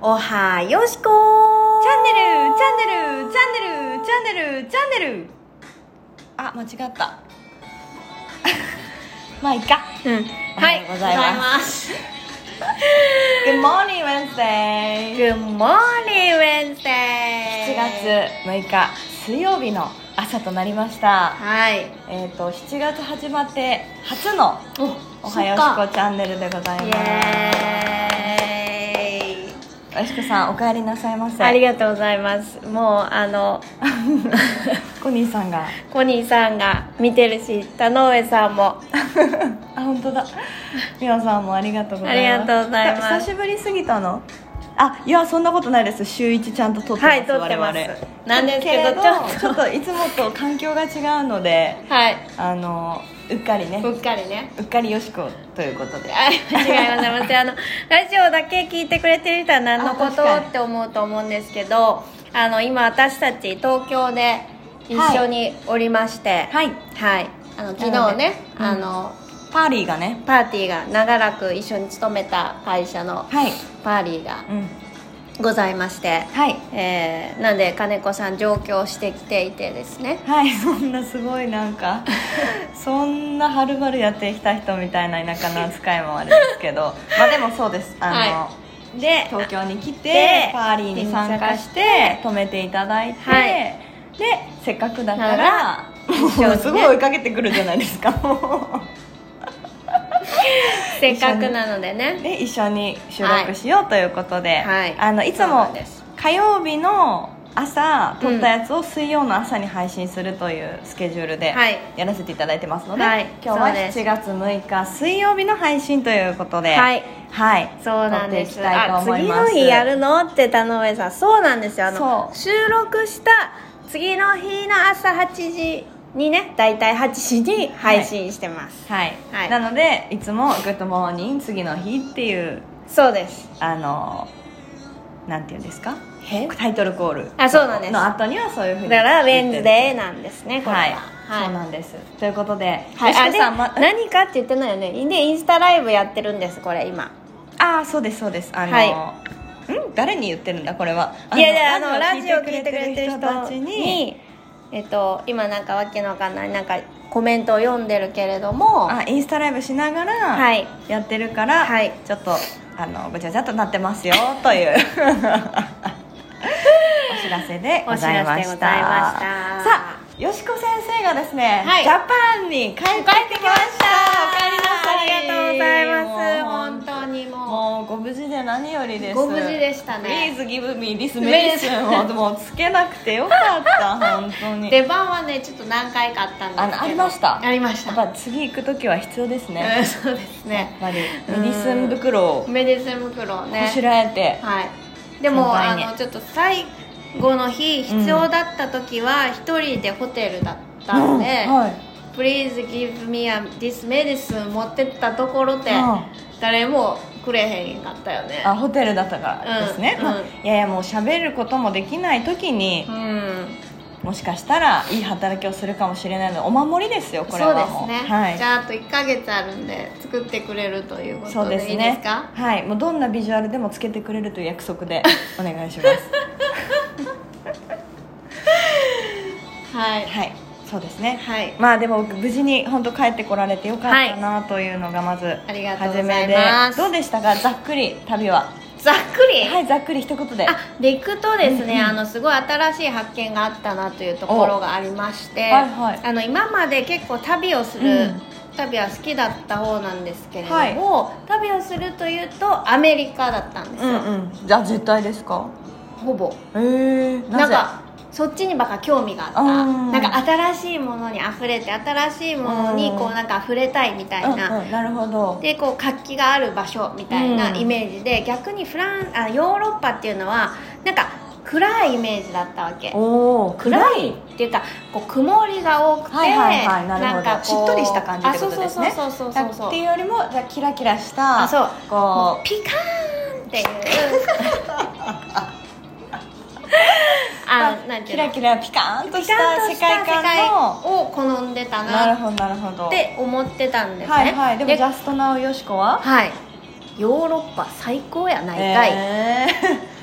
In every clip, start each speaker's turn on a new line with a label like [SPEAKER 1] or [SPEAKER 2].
[SPEAKER 1] おはよしこ
[SPEAKER 2] チャンネルチャンネルチャンネルチャンネルチャンネルあ間違った まあいいか
[SPEAKER 1] うんおはようございます
[SPEAKER 2] Good morning Wednesday
[SPEAKER 1] Good morning Wednesday
[SPEAKER 2] 7月6日水曜日の朝となりました
[SPEAKER 1] はい
[SPEAKER 2] えっ、と7月始まって初の
[SPEAKER 1] お
[SPEAKER 2] おはよしこチャンネルでござい
[SPEAKER 1] イ
[SPEAKER 2] ます
[SPEAKER 1] エーイ
[SPEAKER 2] およしこさんお帰りなさいませ
[SPEAKER 1] ありがとうございますもうあ の
[SPEAKER 2] コニーさんが
[SPEAKER 1] コニーさんが見てるし田上さんも
[SPEAKER 2] あ本当だみおさんもありがとうございます
[SPEAKER 1] ありがとうございます
[SPEAKER 2] 久しぶりすぎたのあいやそんなことないです週一ちゃんと撮ってま
[SPEAKER 1] は
[SPEAKER 2] す、
[SPEAKER 1] い撮ってます
[SPEAKER 2] 我々
[SPEAKER 1] なんですけど
[SPEAKER 2] けれ
[SPEAKER 1] ちょっと
[SPEAKER 2] ちょっといつもと環境が違うので
[SPEAKER 1] はい
[SPEAKER 2] あのうっかりね
[SPEAKER 1] うっかりね
[SPEAKER 2] うっかりよしこということで
[SPEAKER 1] あ違いますいませんあのラジオだけ聞いてくれてる人は何のこ
[SPEAKER 2] あ確か
[SPEAKER 1] と
[SPEAKER 2] に
[SPEAKER 1] って思うと思うんですけどあの今私たち東京で一緒におりまして
[SPEAKER 2] はい
[SPEAKER 1] はい、あの昨日ね、
[SPEAKER 2] な
[SPEAKER 1] あ
[SPEAKER 2] のでうん
[SPEAKER 1] の
[SPEAKER 2] パーリーがね
[SPEAKER 1] パーティーが長らく一緒に勤めた会社の
[SPEAKER 2] はい
[SPEAKER 1] パーリーが
[SPEAKER 2] うん
[SPEAKER 1] ございまして、
[SPEAKER 2] はい
[SPEAKER 1] えーなんで金子さん上京してきていてですね
[SPEAKER 2] はいそんなすごいな んかそんなはるばるやってきた人みたいな田舎の扱いもあれですけどまあでもそうですあの、
[SPEAKER 1] は
[SPEAKER 2] で東京に来
[SPEAKER 1] で
[SPEAKER 2] てパーリーに参加して泊めていただいて、
[SPEAKER 1] はい
[SPEAKER 2] でせっかくだ
[SPEAKER 1] な
[SPEAKER 2] から
[SPEAKER 1] ら
[SPEAKER 2] もう
[SPEAKER 1] 一緒にね
[SPEAKER 2] すごい追いかけてくるじゃないですかも
[SPEAKER 1] せっかくなので
[SPEAKER 2] う
[SPEAKER 1] ね
[SPEAKER 2] で一緒に収録しようということで、
[SPEAKER 1] はい
[SPEAKER 2] あのいつ
[SPEAKER 1] そうな
[SPEAKER 2] も
[SPEAKER 1] んです
[SPEAKER 2] 火曜日の朝撮ったやつを水曜の朝に配信するというスケジュールで
[SPEAKER 1] はい
[SPEAKER 2] やらせていただいてますので、
[SPEAKER 1] はい
[SPEAKER 2] 今日は
[SPEAKER 1] そうです
[SPEAKER 2] 7月6日水曜日の配信ということで
[SPEAKER 1] はい、
[SPEAKER 2] はい
[SPEAKER 1] そうなんで
[SPEAKER 2] 撮
[SPEAKER 1] す
[SPEAKER 2] っていきたいと
[SPEAKER 1] あ
[SPEAKER 2] 思い
[SPEAKER 1] 次
[SPEAKER 2] ます
[SPEAKER 1] の日やるのって田上さんそうなんですよあの
[SPEAKER 2] そう
[SPEAKER 1] 収録した次の日の朝8時にねだいたい8時に配信してます、
[SPEAKER 2] はい、
[SPEAKER 1] はい
[SPEAKER 2] なのでいつも「グッドモーニング次の日」っていう
[SPEAKER 1] そうです
[SPEAKER 2] あのなんていうんですか
[SPEAKER 1] え
[SPEAKER 2] タイトルコール
[SPEAKER 1] あそうなんです
[SPEAKER 2] の後にはそういうふうに
[SPEAKER 1] だからウェ
[SPEAKER 2] 言っ
[SPEAKER 1] ン
[SPEAKER 2] てる
[SPEAKER 1] ズデーなんですねこれは
[SPEAKER 2] はい、そうなんですということで、
[SPEAKER 1] はい、
[SPEAKER 2] よし
[SPEAKER 1] あ
[SPEAKER 2] こ
[SPEAKER 1] で
[SPEAKER 2] さんま
[SPEAKER 1] 何かって言ってないよねでインスタライブやってるんですこれ今
[SPEAKER 2] ああそうですそうですあの、
[SPEAKER 1] は
[SPEAKER 2] ん誰に言ってるんだこれはい
[SPEAKER 1] やいやあのラジオ聞いてくれてる人
[SPEAKER 2] たち
[SPEAKER 1] に
[SPEAKER 2] に
[SPEAKER 1] えっと今なんかわけのわかんないなんかコメントを読んでるけれども
[SPEAKER 2] あインスタライブしなが
[SPEAKER 1] は
[SPEAKER 2] ら
[SPEAKER 1] い
[SPEAKER 2] やってるから、
[SPEAKER 1] はい
[SPEAKER 2] ちょっとあのぐちゃぐちゃっとなってますよ というお知らせでございま
[SPEAKER 1] お知らせで
[SPEAKER 2] し
[SPEAKER 1] ございました
[SPEAKER 2] たさあよしこ先生がですね、
[SPEAKER 1] はい
[SPEAKER 2] ジャパンに帰ってきました
[SPEAKER 1] ありがとうございます
[SPEAKER 2] もう
[SPEAKER 1] 本当にもう
[SPEAKER 2] もうご無事で何よりです
[SPEAKER 1] ご無事でしたね
[SPEAKER 2] Please give me this medicine をもうつけなくてよかった本当にや
[SPEAKER 1] 出番はねちょっと何回かあったんですけど
[SPEAKER 2] あのありました
[SPEAKER 1] ありました
[SPEAKER 2] っぱ次行く時は必要です
[SPEAKER 1] うん
[SPEAKER 2] ね
[SPEAKER 1] そうです
[SPEAKER 2] やっ
[SPEAKER 1] ね
[SPEAKER 2] ぱりメディスン袋をこ
[SPEAKER 1] メディセン袋をね
[SPEAKER 2] しらえて
[SPEAKER 1] はいでも
[SPEAKER 2] 先
[SPEAKER 1] あ
[SPEAKER 2] 輩に
[SPEAKER 1] のちょっと最後の日必要だった時は一人でホテルだったので、
[SPEAKER 2] うんはい
[SPEAKER 1] Please give me a, this medicine 持ってったところで
[SPEAKER 2] うん
[SPEAKER 1] 誰もくれへんかったよね
[SPEAKER 2] あホテルだったからですね、
[SPEAKER 1] うん
[SPEAKER 2] まあ
[SPEAKER 1] うん
[SPEAKER 2] いやいやもう喋ることもできない時に
[SPEAKER 1] う、ん
[SPEAKER 2] もしかしたらいい働きをするかもしれないのでお守りですよこれ
[SPEAKER 1] そうで
[SPEAKER 2] は
[SPEAKER 1] す
[SPEAKER 2] もう
[SPEAKER 1] ね、
[SPEAKER 2] はい
[SPEAKER 1] じゃああと1か月あるんで作ってくれるというこ
[SPEAKER 2] そう
[SPEAKER 1] とで
[SPEAKER 2] です
[SPEAKER 1] いいです
[SPEAKER 2] ね
[SPEAKER 1] か
[SPEAKER 2] はいもうどんなビジュアルでもつけてくれるという約束 でお願いします
[SPEAKER 1] はい
[SPEAKER 2] はいそうですね
[SPEAKER 1] はい
[SPEAKER 2] まあでも無事に本当帰ってこられてよかったなというのがまず
[SPEAKER 1] あ
[SPEAKER 2] 初
[SPEAKER 1] り
[SPEAKER 2] めで、
[SPEAKER 1] がとうございます
[SPEAKER 2] どうでしたかざっくり旅は
[SPEAKER 1] ざっくり、
[SPEAKER 2] はいざっくり一言で
[SPEAKER 1] あで行くとですね、
[SPEAKER 2] うんうん
[SPEAKER 1] あのすごい新しい発見があったなというところがありまして、
[SPEAKER 2] おはいはい
[SPEAKER 1] あの今まで結構旅をする、
[SPEAKER 2] うん
[SPEAKER 1] 旅は好きだった方なんですけれども、旅をするというとアメリカだったんです
[SPEAKER 2] う
[SPEAKER 1] よ、
[SPEAKER 2] んうんじゃあ絶対ですか
[SPEAKER 1] ほぼ
[SPEAKER 2] へえな
[SPEAKER 1] なん
[SPEAKER 2] ぜ
[SPEAKER 1] かそっちにばっか興味があった
[SPEAKER 2] うん
[SPEAKER 1] なんか新しいものに溢れて新しいものにこう
[SPEAKER 2] うん
[SPEAKER 1] なんか溢れたいみたいな、
[SPEAKER 2] うんうん、なるほど
[SPEAKER 1] でこう活気がある場所みたいな
[SPEAKER 2] うん
[SPEAKER 1] イメージで、逆にフランあヨーロッパっていうのはなんか暗いイメージだったわけ
[SPEAKER 2] おお
[SPEAKER 1] 暗いっていうかこう曇りが多くて、
[SPEAKER 2] はいはいはいなるほど
[SPEAKER 1] んかこう
[SPEAKER 2] しっとりした感じってことですね
[SPEAKER 1] あそうそうそうそうそうそう
[SPEAKER 2] っていうよりもじゃあキラキラし
[SPEAKER 1] あ
[SPEAKER 2] た
[SPEAKER 1] そう
[SPEAKER 2] こ
[SPEAKER 1] ピカーンっていう あ
[SPEAKER 2] う
[SPEAKER 1] なんてい
[SPEAKER 2] キ
[SPEAKER 1] うの
[SPEAKER 2] ラキラピカーンとし
[SPEAKER 1] ピカーン
[SPEAKER 2] た
[SPEAKER 1] と
[SPEAKER 2] 世
[SPEAKER 1] した
[SPEAKER 2] 界
[SPEAKER 1] 世界
[SPEAKER 2] 観の
[SPEAKER 1] を好んでた
[SPEAKER 2] なる
[SPEAKER 1] なっ
[SPEAKER 2] ほどなるほど
[SPEAKER 1] て思ってたんですね
[SPEAKER 2] はいはいでもジャ
[SPEAKER 1] は
[SPEAKER 2] ストナウよしこはい
[SPEAKER 1] ヨーロッパ最高やないかい、
[SPEAKER 2] え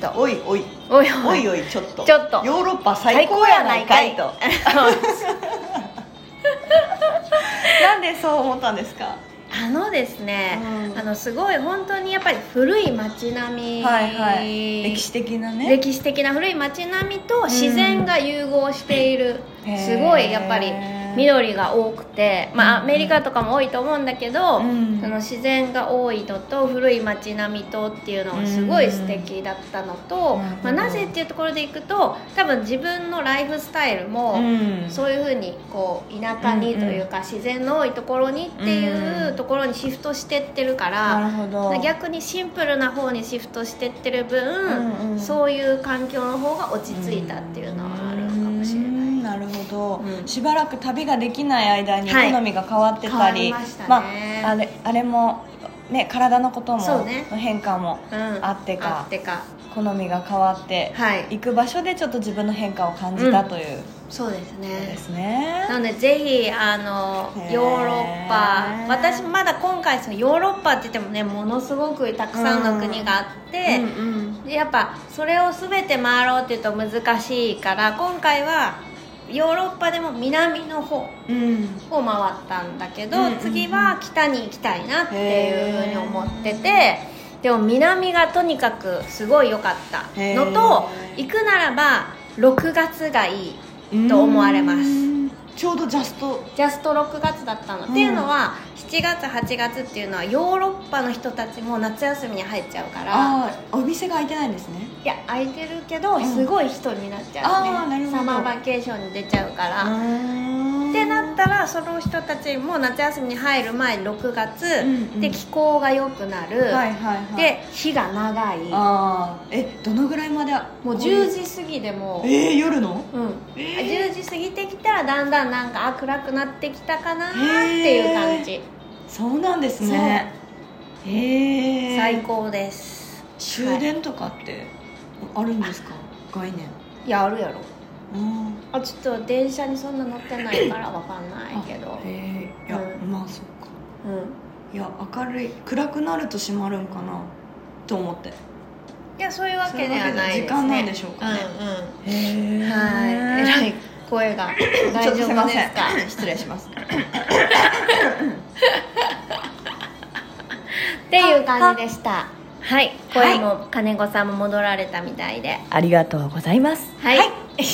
[SPEAKER 2] ー
[SPEAKER 1] と
[SPEAKER 2] おいおい
[SPEAKER 1] おい
[SPEAKER 2] おいおいちょっと
[SPEAKER 1] ちょっと
[SPEAKER 2] ヨーロッパ最高やないかいと なんでそう思ったんですか
[SPEAKER 1] あのですね、
[SPEAKER 2] うん
[SPEAKER 1] あのすごい本当にやっぱり古い街並み、
[SPEAKER 2] はいはい歴史的なね
[SPEAKER 1] 歴史的な古い街並みと自然が融合している、
[SPEAKER 2] へー
[SPEAKER 1] すごいやっぱり緑が多くて、まあ、
[SPEAKER 2] う
[SPEAKER 1] ア
[SPEAKER 2] ん
[SPEAKER 1] メリカとかも多いと思うんだけど、
[SPEAKER 2] うん
[SPEAKER 1] その自然が多いのと古い街並みとっていうのがすごい素敵だったのと、
[SPEAKER 2] うん
[SPEAKER 1] まあ、なぜっていうところでいくと多分自分のライフスタイルも、
[SPEAKER 2] うん
[SPEAKER 1] そういうふうにこう田舎にというか自然の多いところにっていううんところにシフトしてってるから、
[SPEAKER 2] なるほど
[SPEAKER 1] 逆にシンプルな方にシフトしてってる分、
[SPEAKER 2] うんうん
[SPEAKER 1] そういう環境の方が落ち着いたっていうのはあるのかもしれない、
[SPEAKER 2] うんなるほど、
[SPEAKER 1] うん
[SPEAKER 2] しばらく旅ができない間に
[SPEAKER 1] はい
[SPEAKER 2] 好みが変わってたり、
[SPEAKER 1] 変わりましたね
[SPEAKER 2] あ、あれあれも、ね、体のことも、
[SPEAKER 1] そうね
[SPEAKER 2] の変化も
[SPEAKER 1] うん
[SPEAKER 2] あってか
[SPEAKER 1] あってか
[SPEAKER 2] 好みが変わって、
[SPEAKER 1] はい
[SPEAKER 2] 行く場所でちょっと自分の変化を感じたという
[SPEAKER 1] そうです
[SPEAKER 2] ことで
[SPEAKER 1] ね
[SPEAKER 2] すね、
[SPEAKER 1] なのでぜひあの
[SPEAKER 2] へー
[SPEAKER 1] ヨーロッパ私まだ今回そのヨーロッパって言ってもねものすごくたくさんの国があって、
[SPEAKER 2] うんうん
[SPEAKER 1] でやっぱそれを全て回ろうっていうと難しいから今回はヨーロッパでも南の方を
[SPEAKER 2] うん
[SPEAKER 1] 回ったんだけど、
[SPEAKER 2] うんうんうん
[SPEAKER 1] 次は北に行きたいなっていうふうに思っててでも南がとにかくすごい良かった
[SPEAKER 2] へ
[SPEAKER 1] の
[SPEAKER 2] ー
[SPEAKER 1] と行くならば6月がいいと思われます
[SPEAKER 2] うんちょうどジャスト
[SPEAKER 1] ジャスト6月だったの、
[SPEAKER 2] うん
[SPEAKER 1] っていうのは7月8月っていうのはヨーロッパの人たちも夏休みに入っちゃうから
[SPEAKER 2] ああお店が開いてないんですね
[SPEAKER 1] いや空いてるけど
[SPEAKER 2] ん
[SPEAKER 1] すごい人になっちゃうね、
[SPEAKER 2] あーなるほど
[SPEAKER 1] サマーバケーションに出ちゃうから、
[SPEAKER 2] っ
[SPEAKER 1] ってなったらその人たちも夏休みに入る前6月、
[SPEAKER 2] うんうん
[SPEAKER 1] で気候が良くなる、
[SPEAKER 2] はいはいはい
[SPEAKER 1] で日が長い
[SPEAKER 2] ああえどのぐらいまで
[SPEAKER 1] もう
[SPEAKER 2] こい
[SPEAKER 1] 10時過ぎでもう、
[SPEAKER 2] えー、夜の
[SPEAKER 1] うん、10時過ぎてきたらだんだんなんかあ暗くなってきたかなーっていう感じ、
[SPEAKER 2] そうなんですねへえ
[SPEAKER 1] 最高です
[SPEAKER 2] 終電とかってあるんですか概念
[SPEAKER 1] いやあるやろ
[SPEAKER 2] うん
[SPEAKER 1] あちょっと電車にそんな乗ってないからわかんないけど
[SPEAKER 2] あへえいや、
[SPEAKER 1] う
[SPEAKER 2] まあそっか
[SPEAKER 1] うん
[SPEAKER 2] いや明るい暗くなると閉まるんかなと思って
[SPEAKER 1] い
[SPEAKER 2] へ
[SPEAKER 1] やそういうわけではないです、ね、
[SPEAKER 2] 時間なんでしょうかね
[SPEAKER 1] うんう
[SPEAKER 2] え
[SPEAKER 1] ん、はいえ らい声が大丈夫ですか
[SPEAKER 2] 失礼します
[SPEAKER 1] っていう感じでしたはい声も金子さんも戻られたみたいで
[SPEAKER 2] ありがとうございます
[SPEAKER 1] はい、
[SPEAKER 2] はい、では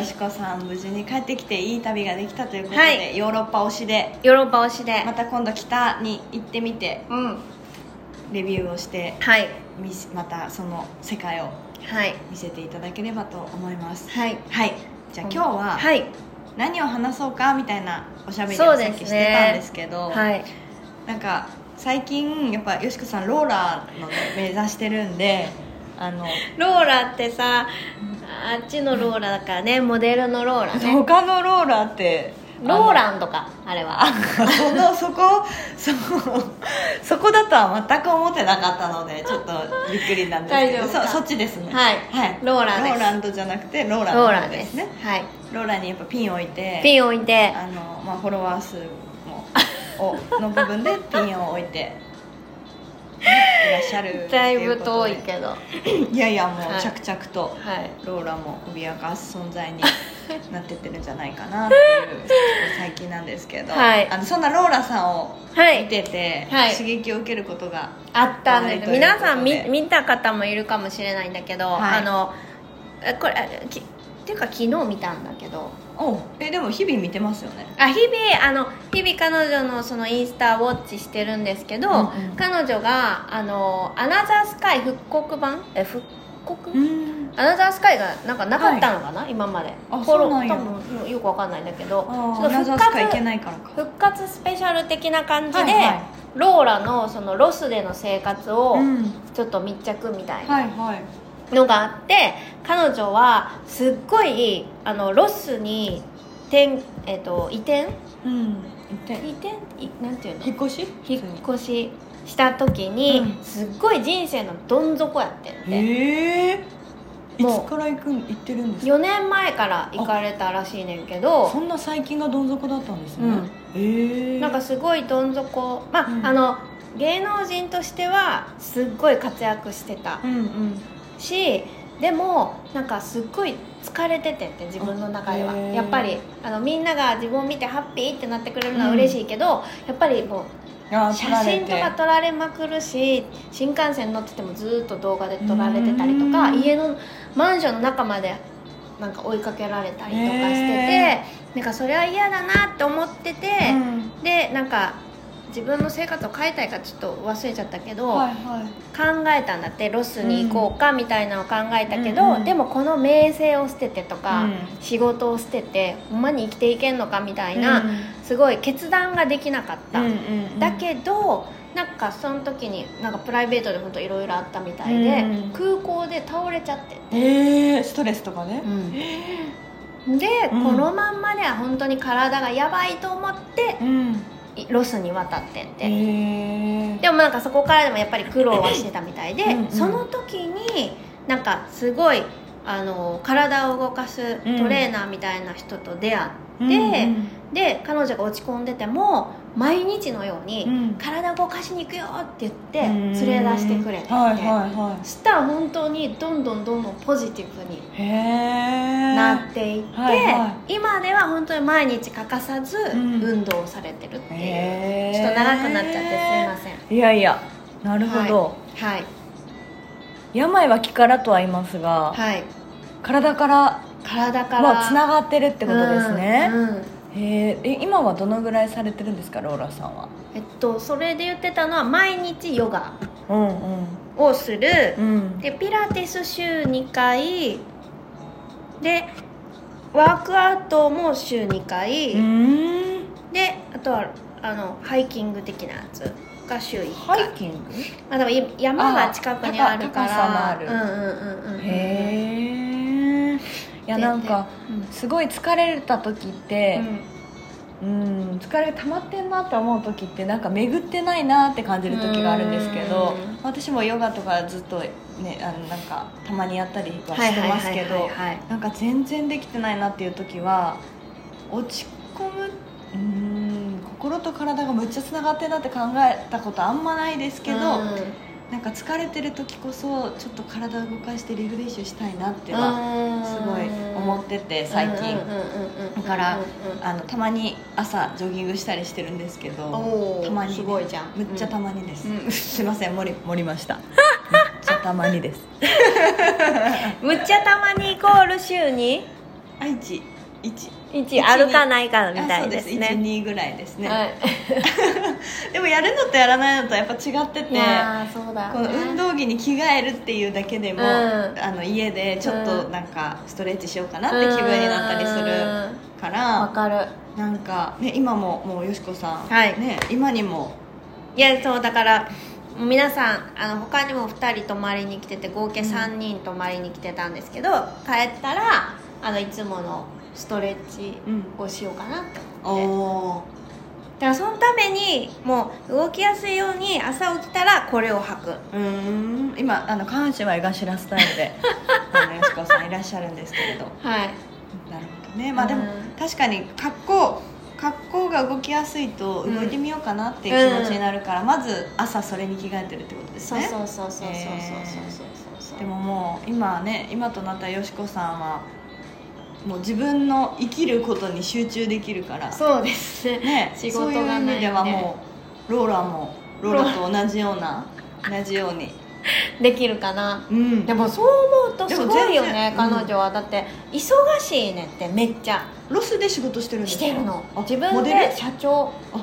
[SPEAKER 2] よしこさん無事に帰ってきていい旅ができたということで、
[SPEAKER 1] はい
[SPEAKER 2] ヨーロッパ推しで
[SPEAKER 1] ヨーロッパ推しで、
[SPEAKER 2] また今度北に行ってみて
[SPEAKER 1] うん
[SPEAKER 2] レビューをして
[SPEAKER 1] はい
[SPEAKER 2] みしまたその世界を
[SPEAKER 1] はい
[SPEAKER 2] 見せていただければと思います
[SPEAKER 1] はい
[SPEAKER 2] はいじゃあ今日は
[SPEAKER 1] はい
[SPEAKER 2] 何を話そうかみたいなおしゃべり
[SPEAKER 1] そう
[SPEAKER 2] をさ
[SPEAKER 1] で
[SPEAKER 2] っ
[SPEAKER 1] す
[SPEAKER 2] き
[SPEAKER 1] ね
[SPEAKER 2] してたんですけど
[SPEAKER 1] はい
[SPEAKER 2] なんか最近やっぱよしこさんローラーのね目指してるんで あの
[SPEAKER 1] ローラってさあっちのローラだからねモデルのローラね
[SPEAKER 2] 他のローラーって
[SPEAKER 1] ローランとかあれは
[SPEAKER 2] そのそこそそこだとは全く思ってなかった のでちょっとびっくりなんですけ
[SPEAKER 1] 大
[SPEAKER 2] ど
[SPEAKER 1] 丈夫か
[SPEAKER 2] そそっちですね
[SPEAKER 1] はい
[SPEAKER 2] はい、
[SPEAKER 1] ローランです
[SPEAKER 2] ローランドじゃなくてローラン
[SPEAKER 1] ロー
[SPEAKER 2] ド
[SPEAKER 1] ラン
[SPEAKER 2] で
[SPEAKER 1] ですす
[SPEAKER 2] ね
[SPEAKER 1] はい
[SPEAKER 2] ローランにやっぱピンを置いて
[SPEAKER 1] ピンを置いて
[SPEAKER 2] あの、まあ、フォロワー数もおの部分でピンを置いて ねいらっしゃる
[SPEAKER 1] だいぶ遠い
[SPEAKER 2] ど
[SPEAKER 1] けどはい
[SPEAKER 2] やいやもう
[SPEAKER 1] はい
[SPEAKER 2] 着々と
[SPEAKER 1] い
[SPEAKER 2] ローラも脅かす 存在になってってるんじゃないかなっていうちょっと最近なんですけど、
[SPEAKER 1] はい
[SPEAKER 2] あのそんなローラさんを
[SPEAKER 1] はい
[SPEAKER 2] 見てて、
[SPEAKER 1] はい
[SPEAKER 2] 刺激を受けることが
[SPEAKER 1] あったん
[SPEAKER 2] はい
[SPEAKER 1] で
[SPEAKER 2] ということ
[SPEAKER 1] す皆
[SPEAKER 2] で
[SPEAKER 1] さん見見た方もいるかもしれないんだけど、
[SPEAKER 2] は
[SPEAKER 1] あ
[SPEAKER 2] い
[SPEAKER 1] のえこれあきっていうか昨日見たんだけど
[SPEAKER 2] おえでも日々見てますよね
[SPEAKER 1] あ日々あの日々彼女のそのインスタウォッチしてるんですけど、
[SPEAKER 2] うんうん
[SPEAKER 1] 彼女があの「アナザースカイ復刻版」え復刻、
[SPEAKER 2] ん
[SPEAKER 1] アナザースカイがなんかなかったのかな、今まで
[SPEAKER 2] あ
[SPEAKER 1] フォロー
[SPEAKER 2] そうなんや
[SPEAKER 1] 多分よくわかんないんだけど
[SPEAKER 2] あ
[SPEAKER 1] ちょ
[SPEAKER 2] あ
[SPEAKER 1] っと
[SPEAKER 2] ナザースカ行けないからか
[SPEAKER 1] 復活スペシャル的な感じで、
[SPEAKER 2] はいはい
[SPEAKER 1] ローラのそのロスでの生活を
[SPEAKER 2] うん
[SPEAKER 1] ちょっと密着みたい
[SPEAKER 2] は
[SPEAKER 1] ない
[SPEAKER 2] はい
[SPEAKER 1] のがあって、彼女はすっごいあのロスに転、えっと移転
[SPEAKER 2] うん行って
[SPEAKER 1] 移転いなんていうの
[SPEAKER 2] 引っ越し
[SPEAKER 1] 引っ越しした時に、
[SPEAKER 2] うん
[SPEAKER 1] すっごい人生のどん底やってんて
[SPEAKER 2] へえい
[SPEAKER 1] もう
[SPEAKER 2] つから行くん行ってるんですか
[SPEAKER 1] 4年前から行かれたらしいねんけど
[SPEAKER 2] そんな最近がどん底だったんですね、
[SPEAKER 1] うん
[SPEAKER 2] へえ
[SPEAKER 1] なんかすごいどん底まあ、
[SPEAKER 2] うん
[SPEAKER 1] あの芸能人としてはすっごい活躍してた
[SPEAKER 2] うんうん
[SPEAKER 1] しでもなんかすっごい疲れててんって自分の中では
[SPEAKER 2] あへー
[SPEAKER 1] やっぱりあのみんなが自分を見てハッピーってなってくれるのは嬉しいけど、やっぱりもう
[SPEAKER 2] あー
[SPEAKER 1] 写
[SPEAKER 2] 撮られ
[SPEAKER 1] 真
[SPEAKER 2] て
[SPEAKER 1] とか撮られまくるし新幹線乗っててもずっと動画で撮られてたりとか
[SPEAKER 2] うん
[SPEAKER 1] 家のマンションの中までなんか追いかけられたりとかしてて、
[SPEAKER 2] へ
[SPEAKER 1] なんかそれは嫌だなって思ってて、
[SPEAKER 2] うん
[SPEAKER 1] でなんか自分の生活を変えたいかちょっと忘れちゃったけど、
[SPEAKER 2] はいはい
[SPEAKER 1] 考えたんだってロスに行こうかみたいなのを考えたけど、
[SPEAKER 2] うんうん
[SPEAKER 1] でもこの名声を捨ててとか、
[SPEAKER 2] うん
[SPEAKER 1] 仕事を捨ててほんまに生きていけんのかみたいな、
[SPEAKER 2] うん
[SPEAKER 1] すごい決断ができなかった。
[SPEAKER 2] うんうんうん
[SPEAKER 1] だけどなんかその時になんかプライベートで本当いろいろあったみたいで、
[SPEAKER 2] うん
[SPEAKER 1] 空港で倒れちゃって、
[SPEAKER 2] えー、ストレスとかね、
[SPEAKER 1] で、
[SPEAKER 2] うん
[SPEAKER 1] このまんまでは本当に体がやばいと思って
[SPEAKER 2] うん
[SPEAKER 1] いロスに渡ってんて、
[SPEAKER 2] えー、
[SPEAKER 1] でもなんかそこからでもやっぱり苦労はしてたみたいで
[SPEAKER 2] うんうん
[SPEAKER 1] その時になんかすごいあの体を動かすトレーナーみたいな人と出会って、で彼女が落ち込んでても毎日のように、
[SPEAKER 2] うん
[SPEAKER 1] 体動かしに行くよって言って
[SPEAKER 2] うん
[SPEAKER 1] 連れ出してくれてて、
[SPEAKER 2] はいはいは
[SPEAKER 1] そしたら本当にどんどんどんどんポジティブに
[SPEAKER 2] いへえ
[SPEAKER 1] なっていって、
[SPEAKER 2] はいは
[SPEAKER 1] 今では本当に毎日欠かさず
[SPEAKER 2] ん
[SPEAKER 1] 運動をされてるっていう、
[SPEAKER 2] へー
[SPEAKER 1] ちょっと長くなっちゃってすいません、
[SPEAKER 2] いやいやなるほど、
[SPEAKER 1] はい
[SPEAKER 2] 病は気からとは言いますが、
[SPEAKER 1] はい
[SPEAKER 2] 体から
[SPEAKER 1] 体から
[SPEAKER 2] はつながってるってことですね、
[SPEAKER 1] うんうん
[SPEAKER 2] へーえ今はどのぐらいされてるんですかローラさんは
[SPEAKER 1] えっとそれで言ってたのは毎日ヨガ
[SPEAKER 2] うん
[SPEAKER 1] をする、
[SPEAKER 2] うんうん
[SPEAKER 1] でピラティス週2回でワークアウトも週2回、
[SPEAKER 2] うん
[SPEAKER 1] であとはあのハイキング的なやつが週1
[SPEAKER 2] ハ
[SPEAKER 1] 回、
[SPEAKER 2] イキング
[SPEAKER 1] まあ、でもい山が近くにあるから
[SPEAKER 2] あ高高さも
[SPEAKER 1] うんうんうんうんえ
[SPEAKER 2] へえいやなんかすごい疲れた時って、うん疲れが溜まってんなって思う時ってなんか巡ってないなって感じる時があるんですけど
[SPEAKER 1] うん
[SPEAKER 2] 私もヨガとかずっとねあのなんかたまにやったりはしてますけどなんか全然できてないなっていう時は落ち込むうん心と体がむっちゃつながってんなって考えたことあんまないですけど、なんか疲れてる時こそちょっと体を動かしてリフレッシュしたいなってはすごい思ってて最近。だからあのたまに朝ジョギングしたりしてるんですけどた
[SPEAKER 1] た
[SPEAKER 2] まに
[SPEAKER 1] すごいじゃん
[SPEAKER 2] むっちゃた
[SPEAKER 1] ま
[SPEAKER 2] まにです、
[SPEAKER 1] うん
[SPEAKER 2] すいません盛り盛りま したむっちゃたまにです
[SPEAKER 1] むっちゃたまにイコール週に
[SPEAKER 2] あ一一
[SPEAKER 1] 1歩かないかみた
[SPEAKER 2] あそ
[SPEAKER 1] いうで
[SPEAKER 2] ですす
[SPEAKER 1] ね
[SPEAKER 2] 一二ぐらいですね、
[SPEAKER 1] はい
[SPEAKER 2] でもやるのとやらないのとやっぱ違って
[SPEAKER 1] い
[SPEAKER 2] て
[SPEAKER 1] やーそうだ
[SPEAKER 2] この運動着に着替えるっていうだけでも、
[SPEAKER 1] うん
[SPEAKER 2] あの家でちょっとなんかストレッチしようかなって気分になったりするから、
[SPEAKER 1] わかる
[SPEAKER 2] なんか、ね、今ももうよしこさん、
[SPEAKER 1] はい
[SPEAKER 2] ね、今にも
[SPEAKER 1] いやそうだから皆さんあの他にも2人泊まりに来てて合計3人泊まりに来てたんですけど、帰ったらあのいつものストレッチをしようかなって
[SPEAKER 2] お
[SPEAKER 1] 思って、だ
[SPEAKER 2] お
[SPEAKER 1] からそのためにもう動きやすいように朝起きたらこれを履く
[SPEAKER 2] うーん今あの関西は江頭スタイ ルであのよしこさんいらっしゃるんですけれど
[SPEAKER 1] はい
[SPEAKER 2] なるほどねまあで
[SPEAKER 1] う
[SPEAKER 2] も、
[SPEAKER 1] ん
[SPEAKER 2] 確かに格好格好が動きやすいと動いてみようかなっていう気持ちになるから、まず朝それに着替えてるってことです
[SPEAKER 1] そう
[SPEAKER 2] ね
[SPEAKER 1] そうそうそうそうそうそうそうそう
[SPEAKER 2] でももう今はね今となったよしこさんはもう自分の生きることに集中できるから
[SPEAKER 1] そうですね
[SPEAKER 2] ね、
[SPEAKER 1] 仕事がないん
[SPEAKER 2] そういう
[SPEAKER 1] で
[SPEAKER 2] 意味ではもうローラもローラと同じような同じように
[SPEAKER 1] できるかな
[SPEAKER 2] うん
[SPEAKER 1] でもそう思うと
[SPEAKER 2] ですも
[SPEAKER 1] ごいよ
[SPEAKER 2] 全
[SPEAKER 1] ね
[SPEAKER 2] 然
[SPEAKER 1] 彼
[SPEAKER 2] うん
[SPEAKER 1] 女は、だって忙しいねってめっちゃ
[SPEAKER 2] ロスで仕事してるんです
[SPEAKER 1] し
[SPEAKER 2] か
[SPEAKER 1] てるの
[SPEAKER 2] あ
[SPEAKER 1] 自
[SPEAKER 2] モ
[SPEAKER 1] 分
[SPEAKER 2] デル
[SPEAKER 1] で社長
[SPEAKER 2] あ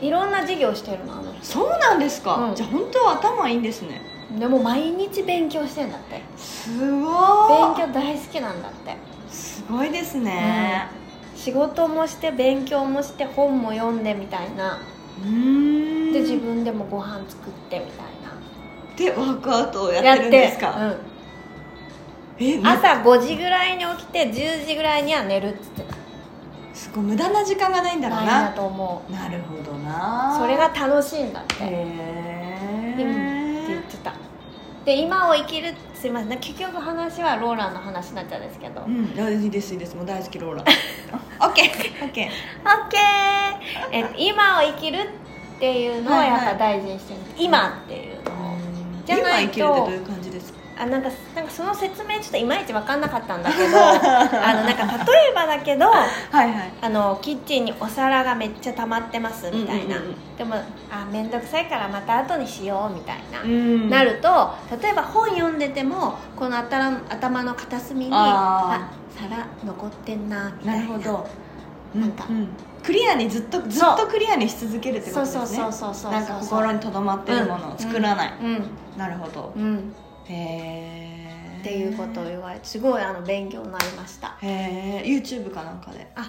[SPEAKER 1] いろんな事業してるのあの人
[SPEAKER 2] そうなんですか、
[SPEAKER 1] うん
[SPEAKER 2] じゃあ本当は頭いいんですね
[SPEAKER 1] でも毎日勉強してんだって
[SPEAKER 2] すごい
[SPEAKER 1] 勉強大好きなんだって
[SPEAKER 2] すごいですね
[SPEAKER 1] 仕事もして勉強もして本も読んでみたいな
[SPEAKER 2] うーん
[SPEAKER 1] で自分でもご飯作ってみたいな
[SPEAKER 2] でワークアウトをやってるんですか、
[SPEAKER 1] やって
[SPEAKER 2] え
[SPEAKER 1] うん、朝5時ぐらいに起きて10時ぐらいには寝るっつってた
[SPEAKER 2] すごい無駄な時間がないんだろ
[SPEAKER 1] な
[SPEAKER 2] う
[SPEAKER 1] いな
[SPEAKER 2] な
[SPEAKER 1] と思う
[SPEAKER 2] なるほどな
[SPEAKER 1] それが楽しいんだって、
[SPEAKER 2] へ
[SPEAKER 1] うんって言っ
[SPEAKER 2] え
[SPEAKER 1] てたで今を生きるすいません結局話はローランの話になっちゃうんですけど、
[SPEAKER 2] うんいやいいですいいですもう大好きロー ラあオッケーオッケー
[SPEAKER 1] オッケーえ今を生きるっていうのをやっぱ大事にしてる、今っていうのをじゃないと
[SPEAKER 2] 今生きるってどういう感じですか
[SPEAKER 1] あなんかなんかその説明ちょっといまいち分かんなかったんだけど あのなんか例えばだけど
[SPEAKER 2] はいはい
[SPEAKER 1] あのキッチンにお皿がめっちゃ溜まってますみたいな、
[SPEAKER 2] うんうんうん
[SPEAKER 1] でもあ面倒くさいからまた後にしようみたいな、
[SPEAKER 2] ん
[SPEAKER 1] なると例えば本読んでてもこの頭頭の片隅にあ
[SPEAKER 2] あ
[SPEAKER 1] 皿残ってんなみた
[SPEAKER 2] ないる
[SPEAKER 1] な
[SPEAKER 2] ほど
[SPEAKER 1] なんか
[SPEAKER 2] うんクリアにずっとずっとクリアにし続けるってこと
[SPEAKER 1] そう
[SPEAKER 2] です
[SPEAKER 1] そ
[SPEAKER 2] ね
[SPEAKER 1] うそうそうそう
[SPEAKER 2] なんか心にとどまってるものを作らない、
[SPEAKER 1] うん
[SPEAKER 2] なるほど
[SPEAKER 1] うん、うん
[SPEAKER 2] へえ
[SPEAKER 1] っていうことを言われてすごいあの勉強になりました
[SPEAKER 2] へえ YouTube かなんかで
[SPEAKER 1] あ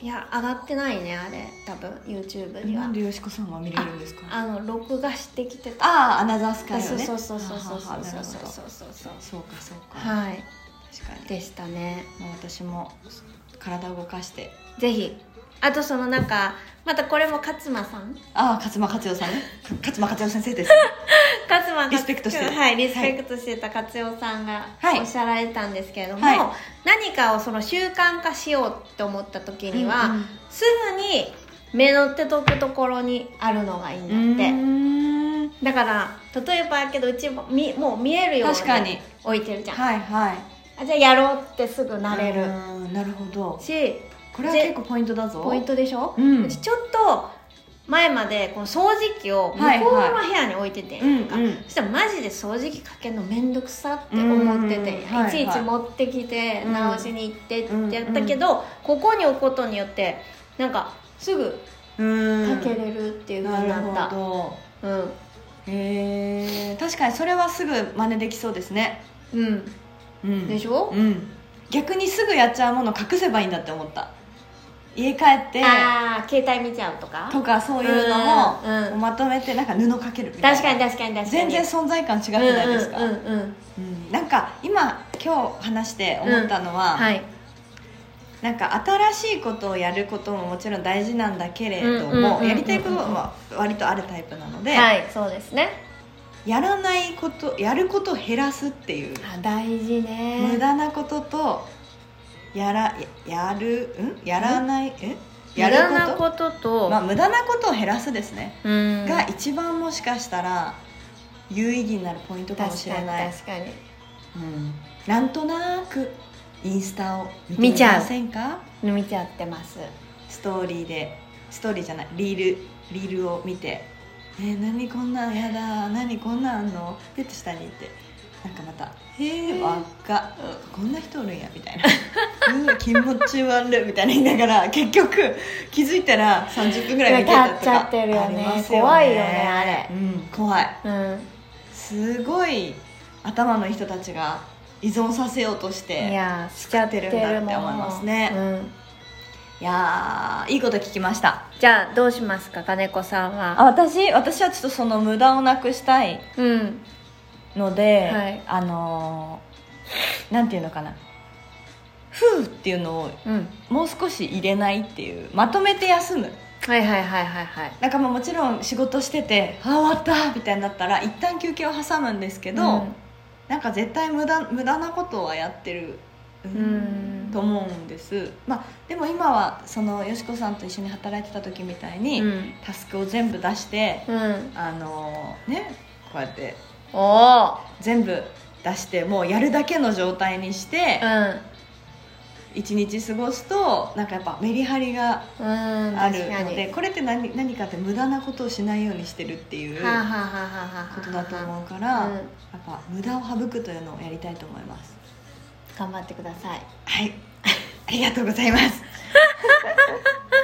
[SPEAKER 1] いや上がってないねあれ多分 YouTube に
[SPEAKER 2] な
[SPEAKER 1] は
[SPEAKER 2] んでよしこさんは見れるんですかあ
[SPEAKER 1] あの録画してきてた
[SPEAKER 2] あーアナザースカイを
[SPEAKER 1] そう
[SPEAKER 2] ね
[SPEAKER 1] そうそうそうそう
[SPEAKER 2] は
[SPEAKER 1] そ
[SPEAKER 2] は
[SPEAKER 1] う
[SPEAKER 2] はな
[SPEAKER 1] そ
[SPEAKER 2] る
[SPEAKER 1] う
[SPEAKER 2] ほ
[SPEAKER 1] そう
[SPEAKER 2] ど
[SPEAKER 1] そうそうそう
[SPEAKER 2] そうかそうか、
[SPEAKER 1] はい
[SPEAKER 2] 確かに
[SPEAKER 1] でしたね
[SPEAKER 2] もう私も体を動かして
[SPEAKER 1] ぜひあとそのなんかまたこれも勝間さ ん
[SPEAKER 2] ああ勝間勝代 さんねか勝間勝代先生ですね
[SPEAKER 1] 勝間
[SPEAKER 2] リスペクトしてる
[SPEAKER 1] はいリスペクトしてた勝代さんが
[SPEAKER 2] はい
[SPEAKER 1] おっしゃられたんですけれども、
[SPEAKER 2] はい
[SPEAKER 1] 何かをその習慣化しようと思った時には、
[SPEAKER 2] うんうん
[SPEAKER 1] すぐに目の手とくところにあるのがいいんだって、
[SPEAKER 2] ん
[SPEAKER 1] だから例えばやけどうちもみもう見えるよう
[SPEAKER 2] 確かに
[SPEAKER 1] に置いてるじゃん、
[SPEAKER 2] はいはい
[SPEAKER 1] あじゃあやろうってすぐなれ
[SPEAKER 2] う
[SPEAKER 1] る
[SPEAKER 2] ーんなるほど
[SPEAKER 1] し
[SPEAKER 2] これは結構ポイントだぞ
[SPEAKER 1] ポイントでしょ、
[SPEAKER 2] うん
[SPEAKER 1] うちちょっと前までこの掃除機を向こうの部屋に置いてて、
[SPEAKER 2] うん
[SPEAKER 1] か
[SPEAKER 2] うん
[SPEAKER 1] そしたらマジで掃除機かけるの面倒くさって思ってて、
[SPEAKER 2] うんはいはい
[SPEAKER 1] いちいち持ってきて
[SPEAKER 2] うん
[SPEAKER 1] 直しに行ってってやったけど、ここに置くことによってなんかすぐ
[SPEAKER 2] うん
[SPEAKER 1] かけれるっていうふう
[SPEAKER 2] な
[SPEAKER 1] に
[SPEAKER 2] る
[SPEAKER 1] なった、うん
[SPEAKER 2] ほどへえ確かにそれはすぐ真似できそうですね
[SPEAKER 1] うん
[SPEAKER 2] うん
[SPEAKER 1] でしょ
[SPEAKER 2] うん逆にすぐやっちゃうもの隠せばいいんだって思った家帰って
[SPEAKER 1] ああ携帯見ちゃうとか
[SPEAKER 2] とかそういうの
[SPEAKER 1] うんう
[SPEAKER 2] も
[SPEAKER 1] ん
[SPEAKER 2] まとめてなんか布かけるみたいな
[SPEAKER 1] 確かに確かに確かに
[SPEAKER 2] 全然
[SPEAKER 1] 違
[SPEAKER 2] 存在感違くないですか、
[SPEAKER 1] うんうんうんうん
[SPEAKER 2] うんなんか今今日話して思ったのは、
[SPEAKER 1] はい
[SPEAKER 2] なんか新しいことをやることももちろん大事なんだけれど
[SPEAKER 1] うんうんうんうん
[SPEAKER 2] も
[SPEAKER 1] うん
[SPEAKER 2] やりたいことは割とあるタイプなので、
[SPEAKER 1] はいそうですね
[SPEAKER 2] やらないことやることを減らすっていう
[SPEAKER 1] あ大事ね
[SPEAKER 2] 無駄なこととやらややるんやらないえや
[SPEAKER 1] やら
[SPEAKER 2] る
[SPEAKER 1] な
[SPEAKER 2] こ
[SPEAKER 1] こと
[SPEAKER 2] と
[SPEAKER 1] と、
[SPEAKER 2] まあ、無駄なことを減らすですね、
[SPEAKER 1] うん
[SPEAKER 2] が一番もしかしたら有意義になるポイントかもしれない
[SPEAKER 1] 確かに
[SPEAKER 2] うん、なんとなくインスタを見て
[SPEAKER 1] 見ちゃう
[SPEAKER 2] みませんか
[SPEAKER 1] 確かに見ちゃってます
[SPEAKER 2] ストーリーでストーリーじゃないリールリールを見て「えー、何こんなんやだ何こんなんあんの?」ペット下に行ってなんかまた「へえ
[SPEAKER 1] へー
[SPEAKER 2] 若っこんな人おるんや」みたいな「うわ気持ち悪い」みたいな言いながら結局気づいたら30分ぐらい見て
[SPEAKER 1] い
[SPEAKER 2] たと
[SPEAKER 1] や経っちゃ
[SPEAKER 2] か
[SPEAKER 1] ってるよね
[SPEAKER 2] あります
[SPEAKER 1] 怖いよねあれ
[SPEAKER 2] うん、怖い
[SPEAKER 1] うん
[SPEAKER 2] すごい頭のいい人たちが依存させようとして
[SPEAKER 1] いやし
[SPEAKER 2] ちゃってるんだって思いますね
[SPEAKER 1] うん、
[SPEAKER 2] いやーいいこと聞きました
[SPEAKER 1] じゃあどうしますか金子さん
[SPEAKER 2] あ
[SPEAKER 1] は
[SPEAKER 2] 私私はちょっとその無駄をなくしたい
[SPEAKER 1] うん
[SPEAKER 2] ので、
[SPEAKER 1] はい
[SPEAKER 2] あのーなんていうのかな「ふう」っていうのを
[SPEAKER 1] うん
[SPEAKER 2] もう少し入れないっていうまとめて休む
[SPEAKER 1] はいはいはいはいはい
[SPEAKER 2] なんかまあもちろん仕事してて「あ終わった」みたいになったら一旦休憩を挟むんですけど、
[SPEAKER 1] うん
[SPEAKER 2] なんか絶対無駄無駄なことはやってる
[SPEAKER 1] ん
[SPEAKER 2] と思うんです、まあ、でも今はそのよしこさんと一緒に働いてた時みたいに、
[SPEAKER 1] うん、
[SPEAKER 2] タスクを全部出して
[SPEAKER 1] うん、
[SPEAKER 2] あのねこうやって
[SPEAKER 1] おお
[SPEAKER 2] 全部出してもうやるだけの状態にして
[SPEAKER 1] うん
[SPEAKER 2] 一日過ごすとなんかやっぱメリハリが
[SPEAKER 1] うん
[SPEAKER 2] あ
[SPEAKER 1] 確
[SPEAKER 2] る
[SPEAKER 1] か
[SPEAKER 2] の
[SPEAKER 1] に
[SPEAKER 2] でこれって何何かって無駄なことをしないようにしてるっていう
[SPEAKER 1] はあ、はあ
[SPEAKER 2] こ
[SPEAKER 1] はあはあはあ
[SPEAKER 2] とだと思うから
[SPEAKER 1] う
[SPEAKER 2] や
[SPEAKER 1] ん
[SPEAKER 2] っぱ無駄を省くというのをやりたいと思います
[SPEAKER 1] 頑張ってください
[SPEAKER 2] はい ありがとうございます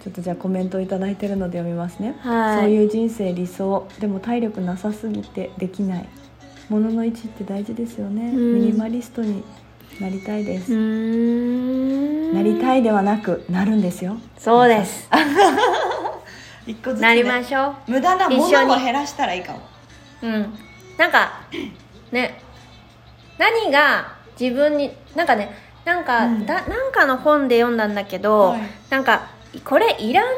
[SPEAKER 2] ちょっとじゃあコメントを頂いてるので読みますね
[SPEAKER 1] は
[SPEAKER 2] そ
[SPEAKER 1] う
[SPEAKER 2] ういう人生理想でも体力なさすぎてできないものの位置って大事ですよね、
[SPEAKER 1] うん
[SPEAKER 2] ミニマリストになりたいです、
[SPEAKER 1] ん
[SPEAKER 2] なりたいではなくなるんですよ
[SPEAKER 1] そうです
[SPEAKER 2] 一個ず
[SPEAKER 1] なりましょう
[SPEAKER 2] 無駄なもの
[SPEAKER 1] 一緒
[SPEAKER 2] を
[SPEAKER 1] に
[SPEAKER 2] 減らしたらいいかも
[SPEAKER 1] うん、なんかね何が自分になんかねなんか、
[SPEAKER 2] うん
[SPEAKER 1] だなんかの本で読んだんだけど、
[SPEAKER 2] はい
[SPEAKER 1] なんかこれいらない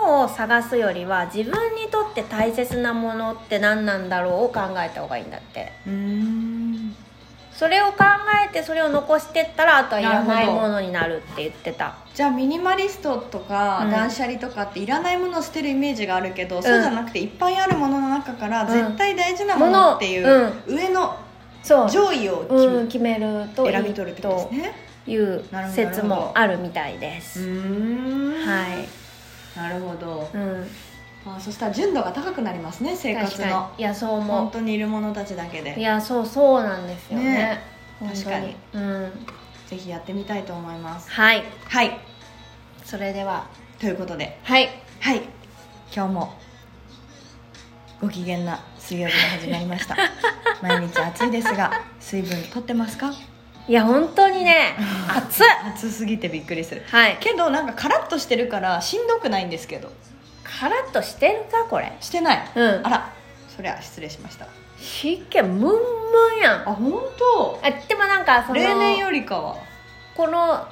[SPEAKER 1] ものを探すよりは自分にとって大切なものって何なんだろうを考えた方がいいんだって
[SPEAKER 2] うーん
[SPEAKER 1] それを考えてそれを残してったらあとはいらないものになるって言ってた
[SPEAKER 2] じゃあミニマリストとか
[SPEAKER 1] うん
[SPEAKER 2] 断捨離とかっていらないものを捨てるイメージがあるけど、そうじゃなくていっぱいあるものの中から
[SPEAKER 1] ん
[SPEAKER 2] 絶対大事なものっていう、
[SPEAKER 1] もの
[SPEAKER 2] 上の
[SPEAKER 1] そう
[SPEAKER 2] 上位を決め
[SPEAKER 1] うん、決めるとい
[SPEAKER 2] 選び取るってことですね
[SPEAKER 1] という
[SPEAKER 2] なるほど
[SPEAKER 1] 説もあるみたいです、
[SPEAKER 2] ん
[SPEAKER 1] はい、
[SPEAKER 2] なるほど、
[SPEAKER 1] うん、
[SPEAKER 2] あ、そしたら純度が高くなりますね生活
[SPEAKER 1] 確か
[SPEAKER 2] の
[SPEAKER 1] にいやそう
[SPEAKER 2] 本
[SPEAKER 1] 思
[SPEAKER 2] 当にいるものたちだけ
[SPEAKER 1] うい
[SPEAKER 2] で
[SPEAKER 1] やそうそうなんですよね
[SPEAKER 2] ね
[SPEAKER 1] 本当
[SPEAKER 2] 確かに
[SPEAKER 1] うん、
[SPEAKER 2] ぜひやってみたいと思います
[SPEAKER 1] はい
[SPEAKER 2] はい
[SPEAKER 1] それでは
[SPEAKER 2] ということで
[SPEAKER 1] はい
[SPEAKER 2] はい今日もご機嫌な水曜日が始まりました 毎日暑いですが水分取ってますか
[SPEAKER 1] いや本当にね 熱い
[SPEAKER 2] 暑すぎてびっくりする
[SPEAKER 1] はい
[SPEAKER 2] けどなんかカラッとしてるからしんどくないんですけど
[SPEAKER 1] カラッとしてるかこれ
[SPEAKER 2] してない
[SPEAKER 1] うん
[SPEAKER 2] あらそりゃ失礼しました
[SPEAKER 1] 湿気ムンムンやんあ
[SPEAKER 2] あ本当
[SPEAKER 1] でもなんかその
[SPEAKER 2] 例年よりかは
[SPEAKER 1] この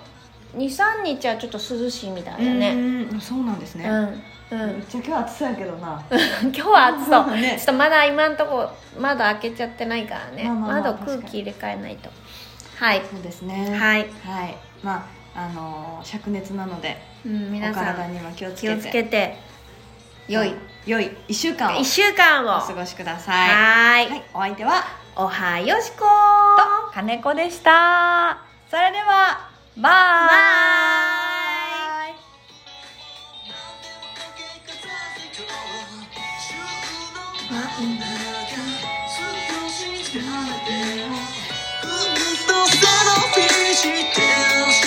[SPEAKER 1] 23日はちょっと涼しいみたいだね
[SPEAKER 2] うんそうなんです
[SPEAKER 1] う
[SPEAKER 2] ね、
[SPEAKER 1] んうん、
[SPEAKER 2] めっちゃ今日暑そうやけどな、
[SPEAKER 1] 今日は暑そう、
[SPEAKER 2] ね
[SPEAKER 1] ちょっとまだ今んとこ窓開けちゃってないからね、
[SPEAKER 2] まあまあまあ
[SPEAKER 1] 窓空気入れ替えないとはい
[SPEAKER 2] そうですねい、
[SPEAKER 1] はい、
[SPEAKER 2] はい、まああのー灼熱なので
[SPEAKER 1] うん、
[SPEAKER 2] お
[SPEAKER 1] 皆さ
[SPEAKER 2] 体
[SPEAKER 1] ん
[SPEAKER 2] には気をつ
[SPEAKER 1] 気
[SPEAKER 2] け
[SPEAKER 1] を
[SPEAKER 2] て
[SPEAKER 1] つけて良い
[SPEAKER 2] 良い1週間を
[SPEAKER 1] 1週間を
[SPEAKER 2] お過
[SPEAKER 1] は
[SPEAKER 2] ごしくだ
[SPEAKER 1] ー
[SPEAKER 2] さい
[SPEAKER 1] い
[SPEAKER 2] はい、お相手は
[SPEAKER 1] おはよしこ
[SPEAKER 2] と金子でしたそれではバイバイ
[SPEAKER 3] のそのフィジテンス